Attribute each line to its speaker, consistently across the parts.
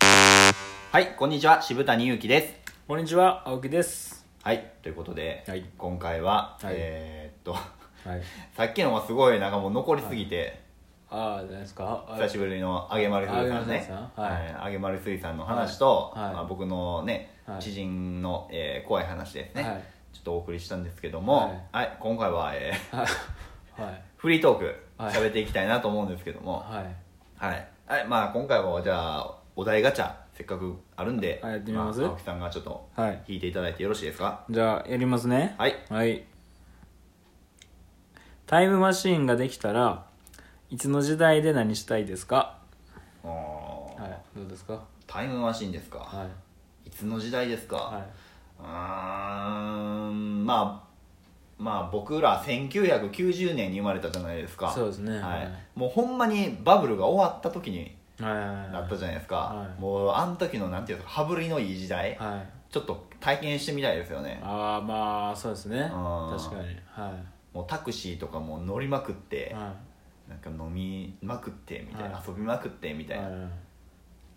Speaker 1: はい、こんにちは、渋谷祐樹です。
Speaker 2: こんにちは、青木です。
Speaker 1: はい、ということで、
Speaker 2: はい
Speaker 1: 今回は、
Speaker 2: はい
Speaker 1: えーっと、
Speaker 2: はい。
Speaker 1: さっきのはすごい、なんかもう残りすぎて、
Speaker 2: ああ、じゃないですか。あ
Speaker 1: 久しぶりの揚げ丸水産ね
Speaker 2: 揚げ丸水産はい
Speaker 1: はい揚げ丸水産の話と、
Speaker 2: はいはい
Speaker 1: まあ、僕のね、
Speaker 2: はい
Speaker 1: 知人の、えー怖い話ですね、
Speaker 2: はい
Speaker 1: ちょっとお送りしたんですけども、はい今回は、えー
Speaker 2: はい。はい。
Speaker 1: フリートーク
Speaker 2: はい
Speaker 1: 喋っていきたいなと思うんですけども
Speaker 2: はい。
Speaker 1: はい、はいまあ、今回はじゃあお題ガチャせっかくあるんで、
Speaker 2: はいやってみます
Speaker 1: あ青木さんがちょっと
Speaker 2: はい
Speaker 1: 引いていただいてよろしいですか
Speaker 2: じゃあ、やりますね。
Speaker 1: はい
Speaker 2: はい。タイムマシーンができたら、いつの時代で何したいですか
Speaker 1: あー
Speaker 2: はい。どうですか
Speaker 1: タイムマシンですか、
Speaker 2: はい。
Speaker 1: い、つの時代ですか、
Speaker 2: は
Speaker 1: うーんまあまあ僕ら1990年に生まれたじゃないですか
Speaker 2: そうですね
Speaker 1: は
Speaker 2: はい
Speaker 1: い、もうほんまにバブルが終わった時に
Speaker 2: い。はいはいはい。
Speaker 1: なったじゃないですか、
Speaker 2: はい
Speaker 1: もうあの時のなんていうか羽振りのいい時代、
Speaker 2: はい。
Speaker 1: ちょっと体験してみたいですよね
Speaker 2: ああ、まあ、そうですね。
Speaker 1: あー
Speaker 2: 確かに。は
Speaker 1: もうタクシーとかも乗りまくっ
Speaker 2: い。
Speaker 1: て、
Speaker 2: は
Speaker 1: なんか飲みまくってみたいな、
Speaker 2: はい
Speaker 1: 遊びまくってみ
Speaker 2: い。
Speaker 1: たいな、
Speaker 2: は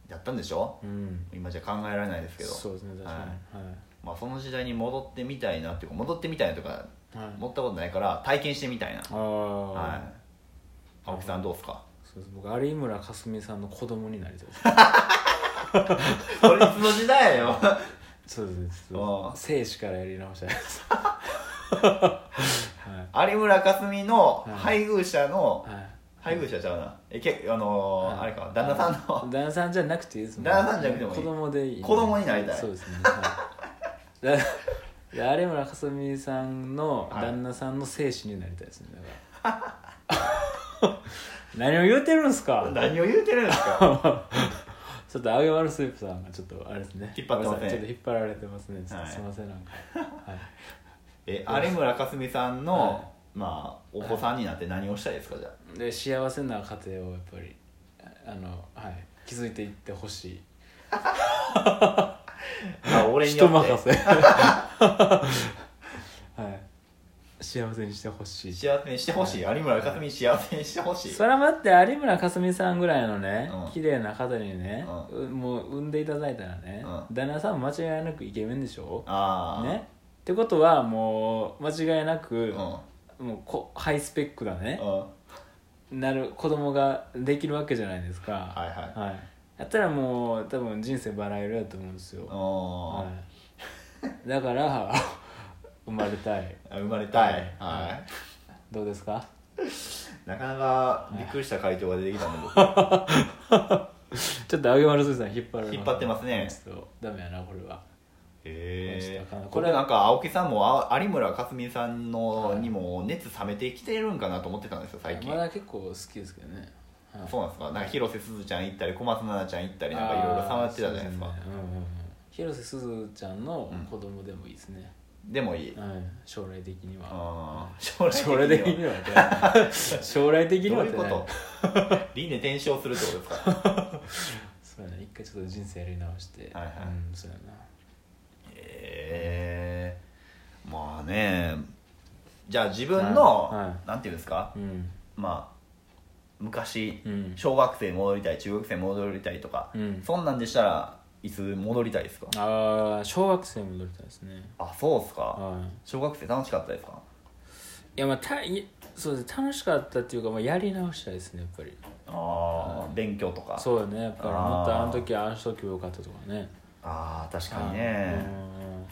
Speaker 1: やったんでしょ
Speaker 2: い。うん。
Speaker 1: 今じゃ考えられないですけど
Speaker 2: そうですね、確かに。はい。
Speaker 1: まあ、その時代に戻ってみたいなっていうか戻ってみたいなとか
Speaker 2: はい。
Speaker 1: 持ったことないから体験してみたいな
Speaker 2: ああ。
Speaker 1: はい。青木さんどうですか
Speaker 2: そうです。僕、有村架純さんの子供になりたいです。
Speaker 1: それいつの時代やよ
Speaker 2: そうですね
Speaker 1: ああ
Speaker 2: 生死からやり直したいですは
Speaker 1: 有村架純の
Speaker 2: はい
Speaker 1: 配偶者の
Speaker 2: い、はい、
Speaker 1: 配偶者ちゃうなえけあのーあ
Speaker 2: はい
Speaker 1: れか旦那さんの
Speaker 2: 旦那さんじゃなくていいですもん
Speaker 1: 旦那さんじゃなくてもいい
Speaker 2: 子供でいい
Speaker 1: 子供になりたい
Speaker 2: そうですね、はい、だ だ有村架純さんの
Speaker 1: はい
Speaker 2: 旦那さんの生死になりたいですねだから 何を言うてるんですか
Speaker 1: 何を言うてるんですか
Speaker 2: ちょっと揚げ丸スープさんがちょっとあれですね
Speaker 1: 引っ張ってますね
Speaker 2: ちょっと引っ張られてますね、ちょっ
Speaker 1: はい
Speaker 2: とすいませんなんか、はい、
Speaker 1: え有村架純さんの、
Speaker 2: は
Speaker 1: まあお子さんになって何をしたいですかじゃ
Speaker 2: で幸せな家庭をやっぱりあの、はい、築いていってほしい
Speaker 1: ああ 俺によ
Speaker 2: 人
Speaker 1: っ
Speaker 2: 任
Speaker 1: て
Speaker 2: せはい幸せにしてほしい
Speaker 1: 幸せにしてほしい、有村架純幸せにしてほしい
Speaker 2: それは待って有村架純さんぐらいのね、
Speaker 1: うん
Speaker 2: 綺麗な方にね、
Speaker 1: う
Speaker 2: うもう産んでいただいたらね、
Speaker 1: う
Speaker 2: 旦那さんも間違いなくイケメンでしょ
Speaker 1: ああ
Speaker 2: ねってことはもう間違いな
Speaker 1: う
Speaker 2: く
Speaker 1: ん、
Speaker 2: もうこハイスペックだね、
Speaker 1: うん
Speaker 2: なる子供ができるわけじゃないですかは
Speaker 1: はいはい
Speaker 2: はい、やったらもう多分人生バラ色だと思うんですよ、
Speaker 1: あ
Speaker 2: はいだから生まれたい
Speaker 1: ー生まれたい、
Speaker 2: はい
Speaker 1: はい
Speaker 2: どうですか
Speaker 1: なかなかびっくりした回答が出てきたので、僕
Speaker 2: ちょっと揚げ丸鈴さん引っ張られ
Speaker 1: 引っ張ってますね
Speaker 2: ちょっとダメやなこれは
Speaker 1: へ
Speaker 2: ちょっとわかん
Speaker 1: え
Speaker 2: ない
Speaker 1: これなんか青木さんもあ有村架純さんのにも熱冷めてきてるんかなと思ってたんですよ最近、
Speaker 2: まだ結構好きですけどね、はい
Speaker 1: そうなんですかなんか広瀬すずちゃん行ったり小松菜奈ちゃん行ったりなんかいろいろ触ってたじゃないですか
Speaker 2: あーそうねうんうんうん広瀬すずちゃんの子供でもいいですね、
Speaker 1: でもいい、
Speaker 2: はい将来的には
Speaker 1: あー
Speaker 2: 将
Speaker 1: 将
Speaker 2: 来
Speaker 1: 来
Speaker 2: 的
Speaker 1: 的に
Speaker 2: に
Speaker 1: は
Speaker 2: はって将来的に
Speaker 1: ど
Speaker 2: は
Speaker 1: う
Speaker 2: っ
Speaker 1: いう
Speaker 2: て
Speaker 1: こ
Speaker 2: ない
Speaker 1: と輪廻転生するってことですか
Speaker 2: そうやな一回ちょっと人生やり直して、
Speaker 1: はいはい
Speaker 2: うんそうやな
Speaker 1: ええまあねじゃあ自分の、
Speaker 2: はいは
Speaker 1: なんていうんですか
Speaker 2: うん
Speaker 1: まあ昔、
Speaker 2: うん
Speaker 1: 小学生戻りたい中学生戻りたいとか、
Speaker 2: うん
Speaker 1: そんなんでしたらいつ戻りたいですか
Speaker 2: ああ小学生に戻りたいですね
Speaker 1: あそうっすか
Speaker 2: はい
Speaker 1: 小学生楽しかったですか
Speaker 2: いやまあたいそうです楽しかったっていうか、まあ、やり直したいですねやっぱり
Speaker 1: ああ勉強とか
Speaker 2: そうよねやっぱり
Speaker 1: あー
Speaker 2: もっとあの時はあの時は良かったとかね
Speaker 1: ああ確か
Speaker 2: あ
Speaker 1: に
Speaker 2: ー
Speaker 1: ね
Speaker 2: うんうんや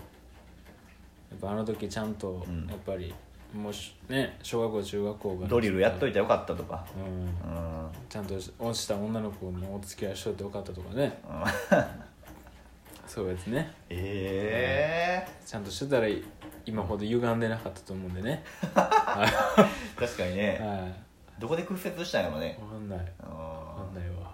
Speaker 2: っぱあの時ちゃんと
Speaker 1: ん
Speaker 2: やっぱり、もうしね小学校中学校が
Speaker 1: ドリルやっといたらよかったとか
Speaker 2: うん
Speaker 1: うん
Speaker 2: ちゃんと落ちた女の子のお付き合いしといてよかったとかねそうですね
Speaker 1: ええ
Speaker 2: ちゃんとしてたら今ほど歪んでなかったと思うんでね
Speaker 1: 確かに
Speaker 2: はい
Speaker 1: ね
Speaker 2: わ
Speaker 1: どこで屈折したんやろね
Speaker 2: かんな
Speaker 1: うん
Speaker 2: いわかんないわ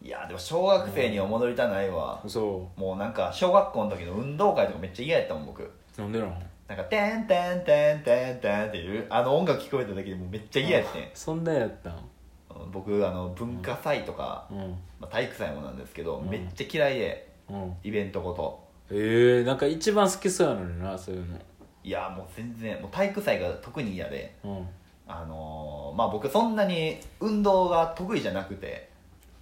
Speaker 1: いやでも小学生には戻りたないわ
Speaker 2: そ
Speaker 1: もうなんか小学校の時の運動会とかめっちゃ嫌やったもん僕
Speaker 2: うなんでなん
Speaker 1: なんか「てんてんてんてんてん」っていうあの音楽聞こえただけでもうめっちゃ嫌やってん
Speaker 2: そんなやったん
Speaker 1: うん僕あの文化祭とか、
Speaker 2: うん
Speaker 1: まあ、体育祭もなんですけど、
Speaker 2: うん
Speaker 1: めっちゃ嫌いで
Speaker 2: うん
Speaker 1: イベントごと
Speaker 2: ええなんか一番好きそうやのになそういうの
Speaker 1: いやもう全然もう体育祭が特に嫌で
Speaker 2: うん
Speaker 1: あのーまあ僕そんなに運動が得意じゃなくて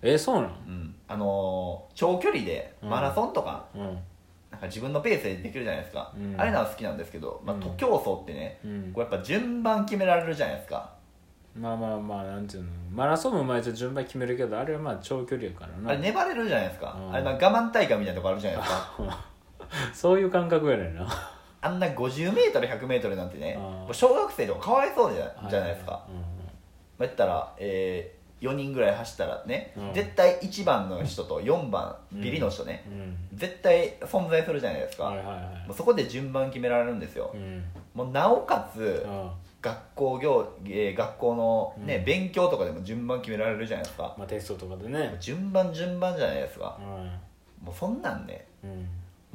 Speaker 2: えそうなん
Speaker 1: うんあのー長距離で
Speaker 2: うん
Speaker 1: マラソンとか,、
Speaker 2: うん
Speaker 1: なんか自分のペースでできるじゃないですか、
Speaker 2: うん
Speaker 1: あれなら好きなんですけど、まあ、
Speaker 2: うん
Speaker 1: 徒競走ってね、
Speaker 2: うん
Speaker 1: こうやっぱ順番決められるじゃないですか、
Speaker 2: まあまあまあなんていうのマラソンも毎日順番決めるけどあれはまあ長距離やからな
Speaker 1: あれ粘れるじゃないですか、
Speaker 2: うん
Speaker 1: あれまあ我慢大会みたいなとこあるじゃないですか
Speaker 2: そういう感覚やねんな
Speaker 1: あんな 50m100m なんてね
Speaker 2: うん
Speaker 1: もう小学生とかかわいそうじゃじゃないですか、
Speaker 2: は
Speaker 1: まあ言ったら、え4人ぐらい走ったらね、
Speaker 2: うん
Speaker 1: 絶対1番の人と4番ビリの人ね、
Speaker 2: いうんうん
Speaker 1: 絶対存在するじゃないですか、
Speaker 2: はいはいは
Speaker 1: もうそこで順番決められるんですよ
Speaker 2: い、うん
Speaker 1: もうなおかつ、
Speaker 2: あ
Speaker 1: 学校行、えー学校の、ね
Speaker 2: うん
Speaker 1: 勉強とかでも順番決められるじゃないですか
Speaker 2: まあテストとかでね
Speaker 1: 順番順番じゃないですか
Speaker 2: う、
Speaker 1: もうそんなんね
Speaker 2: んうん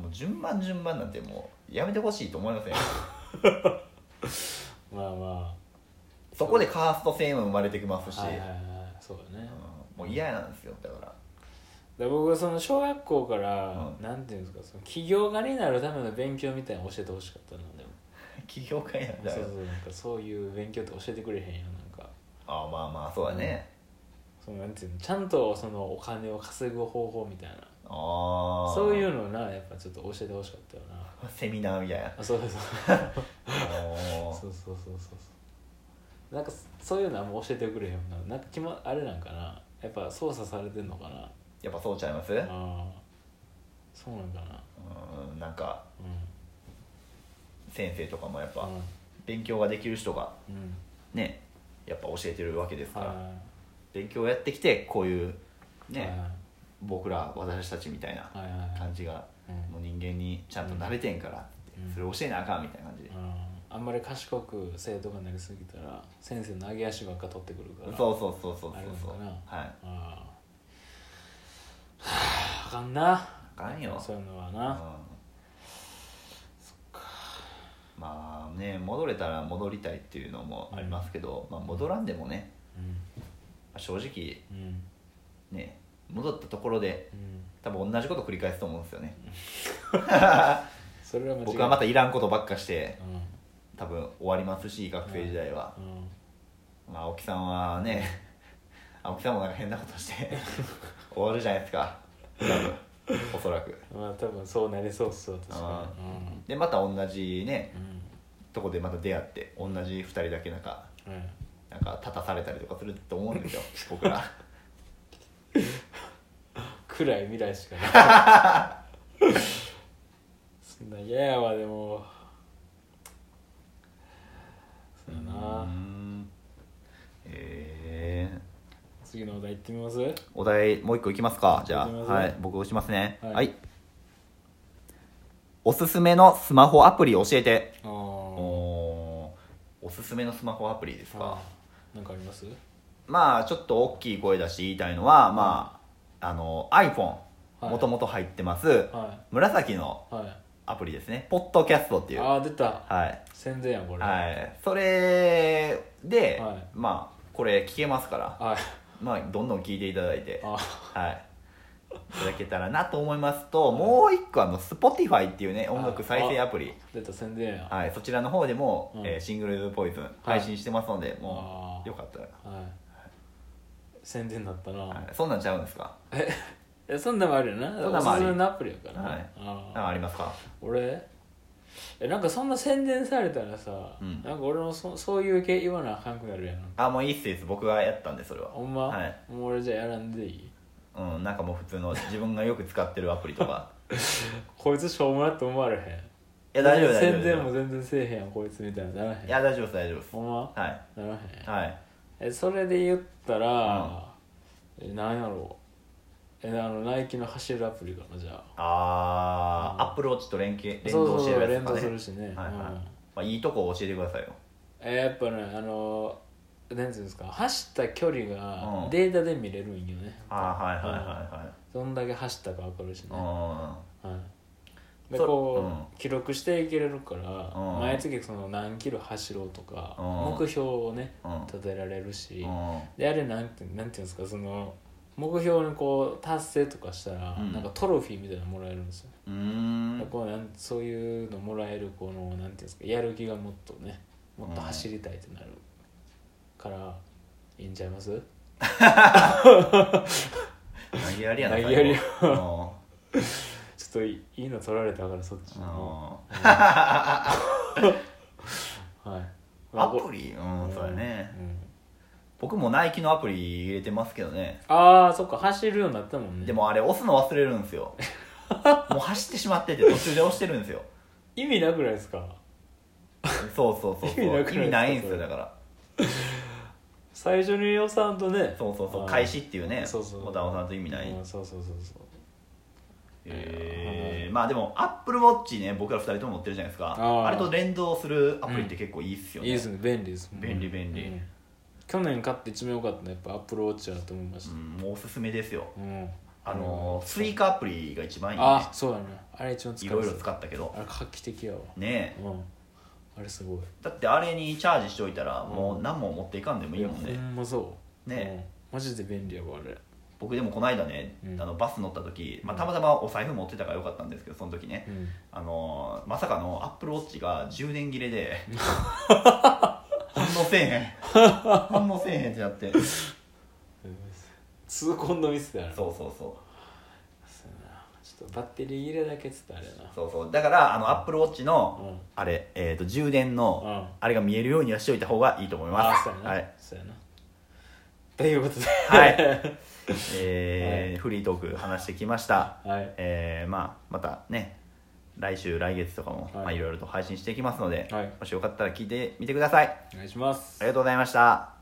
Speaker 1: もう順番順番なんてもうやめてほしいと思い ません
Speaker 2: まあま
Speaker 1: そこでカースト制も生まれてきますし、
Speaker 2: あはいはいはいそうだね
Speaker 1: うんもう嫌なんですよだから
Speaker 2: で僕はその小学校から、
Speaker 1: う
Speaker 2: なんていうんですかその起業家になるための勉強みたいなの教えてほしかったなでも
Speaker 1: 起業家やんだ
Speaker 2: そ
Speaker 1: よ
Speaker 2: うそうなんかそういう勉強って教えてくれへんよなんか
Speaker 1: あまあまあそうだね、
Speaker 2: そのなんていうのちゃんとそのお金を稼ぐ方法みたいな
Speaker 1: ああ
Speaker 2: そういうのをなやっぱちょっと教えてほしかったよな
Speaker 1: セミナーみたい な
Speaker 2: あそうそう
Speaker 1: おー
Speaker 2: そうそうそうそうそうなんかそういうのはもう教えてくれへんよななんか気もあれなんかなやっぱ操作されてんのかな
Speaker 1: やっぱそうちゃいます
Speaker 2: ああそうなんかな
Speaker 1: うんなんか
Speaker 2: うん
Speaker 1: 先生とかもやっぱ
Speaker 2: うん
Speaker 1: 勉強ができる人が
Speaker 2: うん
Speaker 1: ねやっぱ教えてるわけですから
Speaker 2: は
Speaker 1: 勉強をやってきてこういう
Speaker 2: いはい
Speaker 1: ね僕ら私たちみたいな
Speaker 2: はいはいはい
Speaker 1: 感じが
Speaker 2: うん
Speaker 1: もう人間にちゃんと慣れてんからって
Speaker 2: うん
Speaker 1: それ教えなあかんみたいな感じで
Speaker 2: うんあんまり賢く生徒がなりすぎたら先生の上げ足ばっか取ってくるから
Speaker 1: そうそうそうそうそう
Speaker 2: あれ
Speaker 1: そう
Speaker 2: なのか
Speaker 1: はい
Speaker 2: ああはああかんな
Speaker 1: あかんよ
Speaker 2: そういうのは
Speaker 1: うん
Speaker 2: な
Speaker 1: まあね戻れたら戻りたいっていうのもありますけど、まあ、戻らんでもね
Speaker 2: うん
Speaker 1: まあ正直
Speaker 2: うん
Speaker 1: ね戻ったところで
Speaker 2: うん
Speaker 1: 多分同じこと繰り返すと思うんですよね
Speaker 2: それは間違い
Speaker 1: 僕はまたいらんことばっかして
Speaker 2: う
Speaker 1: 多分終わりますし学生時代は、
Speaker 2: んうん
Speaker 1: まあ、青木さんはね 青木さんもなんか変なことして 終わるじゃないですか多分おそらく
Speaker 2: まあ多分そうなりそうっすわ確か
Speaker 1: あでまた同じね
Speaker 2: にうん
Speaker 1: とこでまた出会って同じ2人だけなんか
Speaker 2: うんはい
Speaker 1: なんか立たされたりとかすると思うんです よ僕ら
Speaker 2: 暗い未来しかない そんな嫌やわでもそうだ
Speaker 1: うー
Speaker 2: なん
Speaker 1: えー
Speaker 2: 次のお題行ってみますはい
Speaker 1: お題もう一個いきますかじゃあ、
Speaker 2: いきます
Speaker 1: はい、僕押しますねは、
Speaker 2: はいい
Speaker 1: おすすめのスマホアプリ教えて
Speaker 2: あ
Speaker 1: おおすすめのスマホアプリですか
Speaker 2: なんかあります
Speaker 1: まあちょっと大きい声出して言いたいのは、まああの iPhone
Speaker 2: い
Speaker 1: もともと入ってます、
Speaker 2: は
Speaker 1: 紫の
Speaker 2: いはい
Speaker 1: アプリですねポッドキャストっていう
Speaker 2: ああ出た
Speaker 1: はい、
Speaker 2: 宣伝やんこれ
Speaker 1: はい、それで、
Speaker 2: はい
Speaker 1: まあこれ聞けますから
Speaker 2: はい
Speaker 1: まあどんどん聞いていただいて
Speaker 2: あ
Speaker 1: はいいただけたらなと思いますともう一個あの Spotify っていうね音楽再生アプリ
Speaker 2: 出た宣伝やんは
Speaker 1: はいそちらの方でも、
Speaker 2: うん
Speaker 1: えーシングルズポイズン配信してますので、も
Speaker 2: あ
Speaker 1: う
Speaker 2: ー
Speaker 1: よかったら、
Speaker 2: い宣伝だったな
Speaker 1: はい、そんなんちゃうんですか
Speaker 2: えそんなんもあるよな
Speaker 1: そんなんもあり
Speaker 2: おすすめのアプリやからな、
Speaker 1: はい
Speaker 2: あ
Speaker 1: なん
Speaker 2: あ
Speaker 1: かありますか
Speaker 2: 俺えなんかそんな宣伝されたらさ、
Speaker 1: うん
Speaker 2: なんか俺もそそういう系言わなあかんくなるやん
Speaker 1: あもういいっすいいっす僕がやったんでそれは
Speaker 2: ほんま、
Speaker 1: はい
Speaker 2: もう俺じゃあやらんでいい
Speaker 1: うんなんかもう普通の自分がよく使ってるアプリとか
Speaker 2: こいつしょうもなって思われへんい
Speaker 1: いや大丈夫大丈
Speaker 2: 宣
Speaker 1: 夫
Speaker 2: 伝も全然せえへんやんこいつみたいにならへん
Speaker 1: いや大丈夫です大丈夫です
Speaker 2: ほんま
Speaker 1: はい
Speaker 2: ならへん
Speaker 1: はい
Speaker 2: えそれで言ったら、えなんやろうえあのナイキの走るアプリかなじゃあ
Speaker 1: あーアップルウォッチと連携連
Speaker 2: そう
Speaker 1: 動
Speaker 2: そう
Speaker 1: して
Speaker 2: そう
Speaker 1: るや
Speaker 2: 連
Speaker 1: つとか
Speaker 2: 動す
Speaker 1: ね
Speaker 2: るしね、
Speaker 1: はいはい、
Speaker 2: うん
Speaker 1: まあ、いいとこ教えてくださいよ
Speaker 2: えやっぱねあのなんていうんですか走った距離
Speaker 1: う
Speaker 2: が
Speaker 1: ん
Speaker 2: データで見れるんよね、
Speaker 1: あーはいはいはいはい
Speaker 2: どんだけ走ったか分かるしね、
Speaker 1: うん
Speaker 2: はい、で
Speaker 1: そ
Speaker 2: こう、
Speaker 1: う
Speaker 2: 記録していけれるから、
Speaker 1: うん
Speaker 2: 毎月その何キロ走ろうとか、
Speaker 1: うん
Speaker 2: 目標をね
Speaker 1: うん
Speaker 2: 立てられるし、
Speaker 1: うん
Speaker 2: であれなんてなんていうんですかその目標にこう達成とかしたら、
Speaker 1: うん
Speaker 2: なんかトロフィーみたいなのもらえるんですよ、
Speaker 1: うーん
Speaker 2: でこうなんそういうのもらえるこのなんていうんですかやる気がもっとねもっと走りたいってなるから、いいんちゃいます
Speaker 1: 投げやりやな
Speaker 2: 投げやりや
Speaker 1: 最後
Speaker 2: ちょっといいいの取られたからそっち
Speaker 1: うん
Speaker 2: の方はい
Speaker 1: うんアプリうんそうだね
Speaker 2: うん
Speaker 1: 僕もナイキのアプリ入れてますけどね
Speaker 2: ああそっか走るようになったもんね
Speaker 1: でもあれ押すの忘れるんです よもう走ってしまってて途中で押してるんですよ
Speaker 2: 意味なくないですか
Speaker 1: そうそうそうそう意
Speaker 2: 意味なくないですか
Speaker 1: 味ないんです
Speaker 2: そ
Speaker 1: よだ
Speaker 2: れ
Speaker 1: から
Speaker 2: 最初に予算とね
Speaker 1: そうそうそ
Speaker 2: あ
Speaker 1: う
Speaker 2: ー
Speaker 1: 開始っていうね
Speaker 2: そうそう
Speaker 1: ボタンを押さんと意味ない
Speaker 2: うんそうそうそうそう
Speaker 1: え
Speaker 2: はい
Speaker 1: ーまあでもアップルウォッチね僕ら2人とも持ってるじゃないですか
Speaker 2: あー
Speaker 1: あれと連動するアプリって結構いいっすよね、
Speaker 2: いいですね便利ですもん
Speaker 1: 便利便利
Speaker 2: うん去年買って一番良かったのはやっぱアップルウォッチだと思いまし
Speaker 1: う
Speaker 2: た
Speaker 1: ん、もうおすすめですよ
Speaker 2: うん
Speaker 1: あのースイカアプリが一番いい
Speaker 2: あ
Speaker 1: ね
Speaker 2: そうだねあれ一番使
Speaker 1: い
Speaker 2: い
Speaker 1: ろ
Speaker 2: や
Speaker 1: い
Speaker 2: す
Speaker 1: ろ使ったけど
Speaker 2: あれ画期的やわ
Speaker 1: ねえ
Speaker 2: うんあれすごい
Speaker 1: だってあれにチャージしといたらもう何も持っていかんでもいいもん
Speaker 2: いや
Speaker 1: ね
Speaker 2: ほんまそう
Speaker 1: ねえ
Speaker 2: うんマジで便利やわあれ
Speaker 1: 僕でもこの間ね、
Speaker 2: うん
Speaker 1: あのバス乗った時、まあ、たまたまお財布持ってたからよかったんですけどその時ね、
Speaker 2: うん
Speaker 1: あのーまさかのアップルウォッチが充電切れ で反応せえへん反応せえへんってなって
Speaker 2: 痛恨のミスだよな
Speaker 1: そうそうそう
Speaker 2: そうやなちょっとバッテリー入れだけっつったらあれやな
Speaker 1: そうそうだからあのアップルウォッチ
Speaker 2: う
Speaker 1: の、
Speaker 2: ん
Speaker 1: あれ、えー、と充電の、
Speaker 2: うん
Speaker 1: あれが見えるようにはしておいた方がいいと思い
Speaker 2: あ
Speaker 1: ます
Speaker 2: そうやな、
Speaker 1: はい、
Speaker 2: そうやなということで
Speaker 1: は
Speaker 2: はい
Speaker 1: いえーフリートーク話してきました、
Speaker 2: はい、
Speaker 1: えーまあ、またね来週来月とかも、
Speaker 2: はい
Speaker 1: まあ、いろいろと配信していきますので、
Speaker 2: はい
Speaker 1: もしよかったら聞いてみてください
Speaker 2: お願いします
Speaker 1: ありがとうございました